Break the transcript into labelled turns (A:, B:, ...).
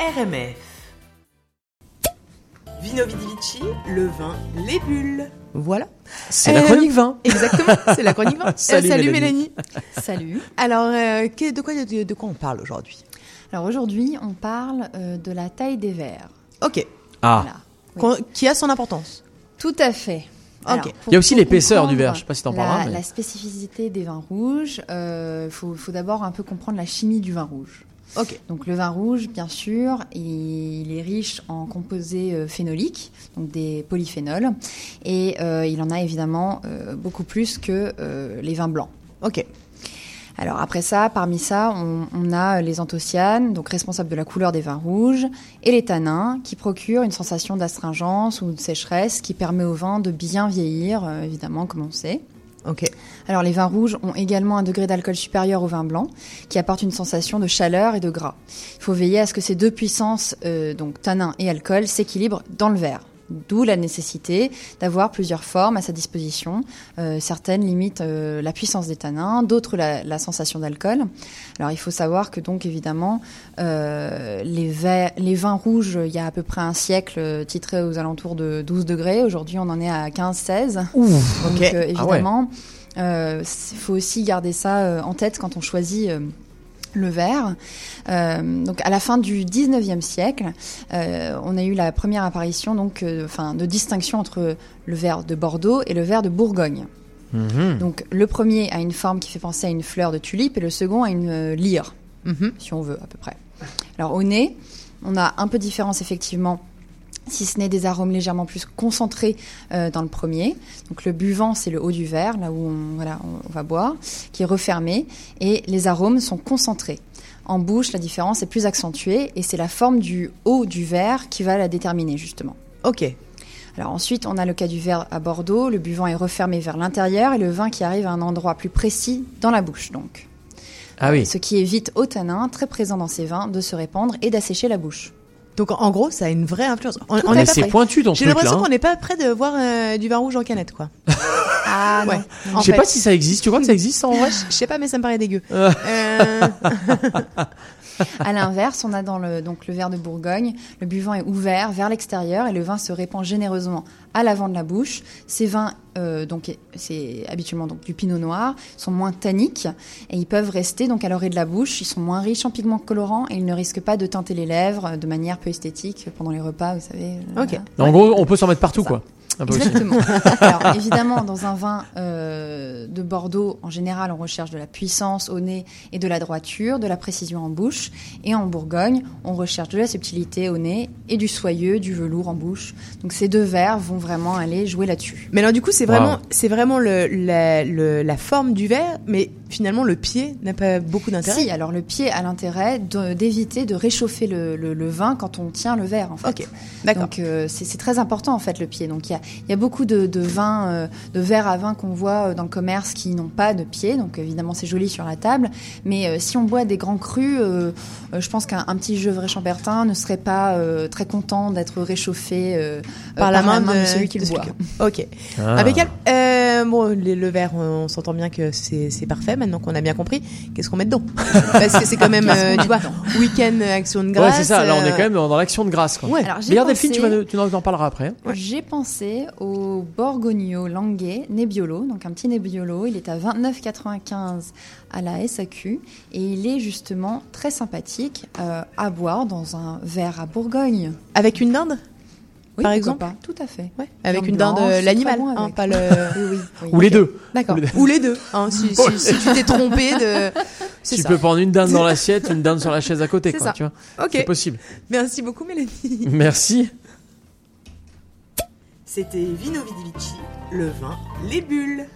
A: RMF. Vino Vidivici, le vin, les bulles. Voilà.
B: C'est la chronique 20.
A: Exactement, c'est la chronique 20. Euh,
B: Salut Mélanie.
C: Salut.
A: Alors, euh, que- de, quoi, de- de quoi on parle aujourd'hui
C: Alors aujourd'hui, on parle euh, de la taille des verres.
A: Ok,
C: Voilà.
B: Ah,
C: Oui.
A: Qu'on- qui a son importance.
C: Tout à fait.
A: Ok.
C: pour
B: Il y a aussi
C: tout
B: l'épaisseur
C: comprendre,
B: du verre, je sais pas si t'en
C: la-
B: parleras, mais-
C: La spécificité des vins rouges, il faut, faut d'abord un peu comprendre la chimie du vin rouge.
A: Ok,
C: Donc le vin rouge, bien sûr, il est riche en composés euh, phénoliques, donc des polyphénols, et euh, il en a évidemment euh, beaucoup plus que euh, les vins blancs.
A: ok.
C: Alors après ça, parmi ça, on, on a euh, les anthocyanes, donc responsables de la couleur des vins rouges, et les tanins, qui procurent une sensation d'astringence ou de sécheresse qui permet au vin de bien vieillir, euh, évidemment, comme on sait.
A: Ok.
C: Alors les vins rouges ont également un degré d'alcool supérieur au vin blanc, qui apporte une sensation de chaleur et de gras. Il faut veiller à ce que ces deux puissances, euh, donc tanin et alcool, s'équilibrent dans le verre. D'où la nécessité d'avoir plusieurs formes à sa disposition. Euh, certaines limitent euh, la puissance des tanins, d'autres la, la sensation d'alcool. Alors il faut savoir que donc évidemment euh, les, verres- les vins rouges, il y a à peu près un siècle, euh, titraient aux alentours de 12 degrés. Aujourd'hui on en est à 15-16.
B: ouf.
C: Donc,
A: Ok.
C: euh,
B: Ah ouais.
C: évidemment, il faut aussi garder ça euh, en tête quand on choisit. euh, le verre. Euh, donc à la fin du 19e siècle, euh, on a eu la première apparition donc, euh, enfin, de distinction entre le verre de Bordeaux et le verre de Bourgogne.
B: Mhm.
C: Donc le premier a une forme qui fait penser à une fleur de tulipe et le second à une euh, lyre,
A: Mhm.
C: si on veut à peu près. Alors au nez, on a un peu de différence effectivement, si ce n'est des arômes légèrement plus concentrés euh, dans le premier. Donc le buvant, c'est le haut du verre, là où on, voilà, on- on va boire, qui est refermé, et les arômes sont concentrés. En bouche, la différence est plus accentuée et c'est la forme du haut du verre qui va la déterminer justement.
A: Ok,
C: Alors ensuite, on a le cas du verre à Bordeaux. Le buvant est refermé vers l'intérieur et le vin qui arrive à un endroit plus précis dans la bouche, donc.
B: Ah oui.
C: Ce qui évite au tanin, très présent dans ces vins, de se répandre et d'assécher la bouche.
A: donc en gros, ça a une vraie influence. On, on
B: Mais
A: est pas
B: c'est
A: prêt.
B: pointu ton
A: J'ai
B: truc là.
A: l'impression
B: hein.
A: qu'on n'est pas près de voir euh, du vin rouge en canette, quoi.
C: Ah
A: Ouais. En
B: Je sais
A: fait.
B: pas si ça existe. Tu crois que ça existe hein ça, en vrai
A: Je sais pas, mais ça me paraît dégueu.
B: Ah.
A: Euh,
C: À l'inverse, on a dans le, donc le verre de Bourgogne, le buvant est ouvert vers l'extérieur et le vin se répand généreusement à l'avant de la bouche. Ces vins, euh, donc c'est habituellement donc du pinot noir, sont moins tanniques et ils peuvent rester donc à l'orée de la bouche. Ils sont moins riches en pigments colorants et ils ne risquent pas de teinter les lèvres euh, de manière peu esthétique pendant les repas, vous savez. euh,
A: Ok.
B: En gros, on peut s'en mettre partout
C: C'est
B: quoi. Un peu aussi.
C: Exactement. Alors, évidemment, dans un vin euh, de Bordeaux, en général, on recherche de la puissance au nez et de la droiture, de la précision en bouche. Et en Bourgogne, on recherche de la subtilité au nez et du soyeux, du velours en bouche. Donc, ces deux verres vont vraiment aller jouer là-dessus.
A: Mais alors du coup, c'est vraiment,
B: Waouh.
A: c'est vraiment le, la, le- la forme du verre, mais finalement le pied n'a pas beaucoup d'intérêt.
C: Si, alors le pied a l'intérêt de- d'éviter de réchauffer le, le- le vin quand on tient le verre, en fait.
A: Ok, d'accord.
C: Donc euh, c'est c'est très important en fait le pied. Donc il y a, il y a beaucoup de, de vins, euh, de verres à vin qu'on voit euh, dans le commerce qui n'ont pas de pied. Donc évidemment c'est joli sur la table, mais euh, si on boit des grands crus, euh, euh, je pense qu'un un petit Gevrey Chambertin ne serait pas euh, très content d'être réchauffé euh, euh, de, celui qui
A: de
C: le boit.
A: qui- Ok,
B: Ah.
A: impeccable. Euh, bon, le, le verre, on, on s'entend bien que c'est c'est parfait maintenant qu'on a bien compris. Qu'est-ce qu'on met dedans Parce que c'est quand même, euh, tu vois, week-end euh, action de
B: Ah. Ouais,
A: grâce.
B: c'est ça. Là, on est
A: euh,
B: quand même dans l'action de grâce quoi.
A: Ouais.
C: Alors, j'ai
B: Mais Regarde Delphine, tu,
C: pensé-
B: vas nous- tu en tu en parleras après. hein.
C: J'ai pensé au Borgogno Languet Nebbiolo, donc un petit Nebbiolo. Il est à 29,95 à la SAQ et il est justement très sympathique euh, à boire dans un verre à Bourgogne.
A: Avec une dinde
C: Oui,
A: Par
C: pourquoi
A: exemple
C: pas, Tout à fait.
A: Ouais. Avec
C: Viande
A: une dinde,
C: blanche,
A: euh,
C: c'est
A: l'animal,
C: très bon
A: hein,
C: avec.
A: pas le.
C: Oui, oui, oui.
B: Ou les deux.
A: D'accord.
B: Ou les-
A: Ou les deux. hein, si, si-
B: Ouais.
A: si tu t'es trompé de. C'est
B: Tu
A: ça.
B: peux prendre une dinde dans l'assiette, une dinde sur la chaise à côté
A: C'est
B: quoi.
A: ça.
B: Tu vois. C'est
A: Ok.
B: possible.
A: Merci beaucoup, Mélanie.
B: Merci.
D: C'était Vino Vidivici, le vin, les bulles.